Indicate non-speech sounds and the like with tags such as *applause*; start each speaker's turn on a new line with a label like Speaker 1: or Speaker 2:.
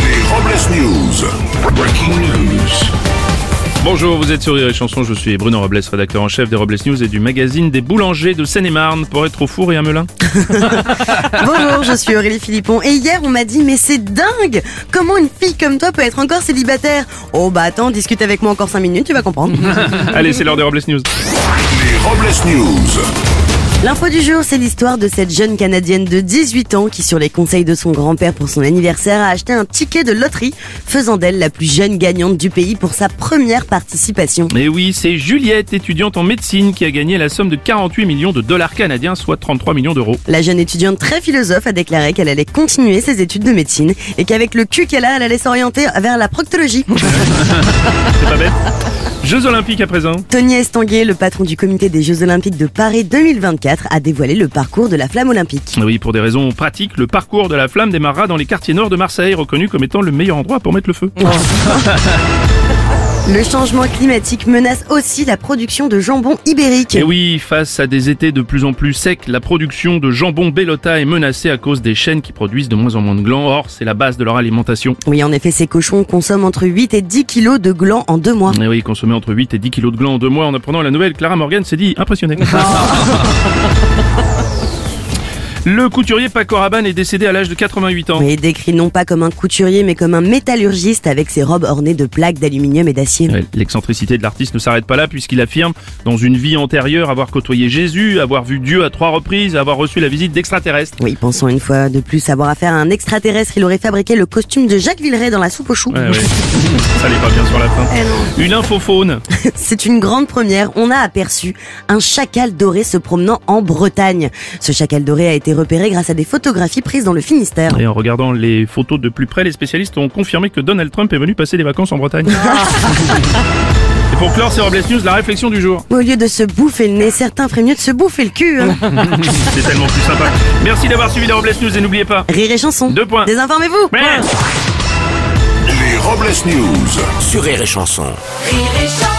Speaker 1: Flash News. Breaking news.
Speaker 2: Bonjour, vous êtes sur Rire et Chanson, je suis Bruno Robles, rédacteur en chef des Robles News et du magazine des boulangers de Seine-et-Marne pour être au four et à *laughs* Melun.
Speaker 3: Bonjour, je suis Aurélie Philippon. Et hier, on m'a dit, mais c'est dingue Comment une fille comme toi peut être encore célibataire Oh bah attends, discute avec moi encore 5 minutes, tu vas comprendre.
Speaker 2: Allez, c'est l'heure des Robles News.
Speaker 1: Les Robles News.
Speaker 3: L'info du jour, c'est l'histoire de cette jeune Canadienne de 18 ans qui, sur les conseils de son grand-père pour son anniversaire, a acheté un ticket de loterie, faisant d'elle la plus jeune gagnante du pays pour sa première participation.
Speaker 2: Mais Eh oui, c'est Juliette, étudiante en médecine, qui a gagné la somme de 48 millions de dollars canadiens, soit 33 millions d'euros.
Speaker 3: La jeune étudiante très philosophe a déclaré qu'elle allait continuer ses études de médecine et qu'avec le cul qu'elle a, elle allait s'orienter vers la proctologie.
Speaker 2: C'est pas bête *laughs* Jeux Olympiques à présent.
Speaker 3: Tony Estanguet, le patron du comité des Jeux Olympiques de Paris 2024, a dévoilé le parcours de la flamme olympique.
Speaker 2: Oui, pour des raisons pratiques, le parcours de la flamme démarrera dans les quartiers nord de Marseille, reconnu comme étant le meilleur endroit pour mettre le feu.
Speaker 3: Le changement climatique menace aussi la production de jambon ibérique.
Speaker 2: Et Eh oui, face à des étés de plus en plus secs, la production de jambon Bellota est menacée à cause des chaînes qui produisent de moins en moins de glands. Or, c'est la base de leur alimentation.
Speaker 3: Oui, en effet, ces cochons consomment entre 8 et 10 kilos de glands en deux mois.
Speaker 2: Et Eh oui, consommer entre 8 et 10 kilos de glands en deux mois en apprenant la nouvelle, Clara Morgan s'est dit impressionnée. Le couturier Paco Rabanne est décédé à l'âge de 88 ans.
Speaker 3: Oui, décrit non pas comme un couturier, mais comme un métallurgiste avec ses robes ornées de plaques d'aluminium et d'acier.
Speaker 2: Ouais, L'excentricité de l'artiste ne s'arrête pas là puisqu'il affirme, dans une vie antérieure, avoir côtoyé Jésus, avoir vu Dieu à trois reprises, avoir reçu la visite d'extraterrestres.
Speaker 3: Oui, pensant une fois de plus avoir affaire à un extraterrestre, il aurait fabriqué le costume de Jacques Villeray dans la soupe aux choux. *laughs*
Speaker 2: Ouais, ouais. Ça allait pas bien sur la fin. Une infofaune.
Speaker 3: C'est une grande première. On a aperçu un chacal doré se promenant en Bretagne. Ce chacal doré a été repéré grâce à des photographies prises dans le Finistère.
Speaker 2: Et en regardant les photos de plus près, les spécialistes ont confirmé que Donald Trump est venu passer des vacances en Bretagne. Et pour clore ces Robles News, la réflexion du jour.
Speaker 3: Au lieu de se bouffer le nez, certains feraient mieux de se bouffer le
Speaker 2: *laughs*
Speaker 3: cul. hein.
Speaker 2: C'est tellement plus sympa. Merci d'avoir suivi les Robles News et n'oubliez pas.
Speaker 3: Rire et chanson.
Speaker 2: Deux points.
Speaker 3: Désinformez-vous.
Speaker 2: Mais-
Speaker 1: Les Robles News.
Speaker 4: sur Rire et Chanson.
Speaker 5: Rire et chanson.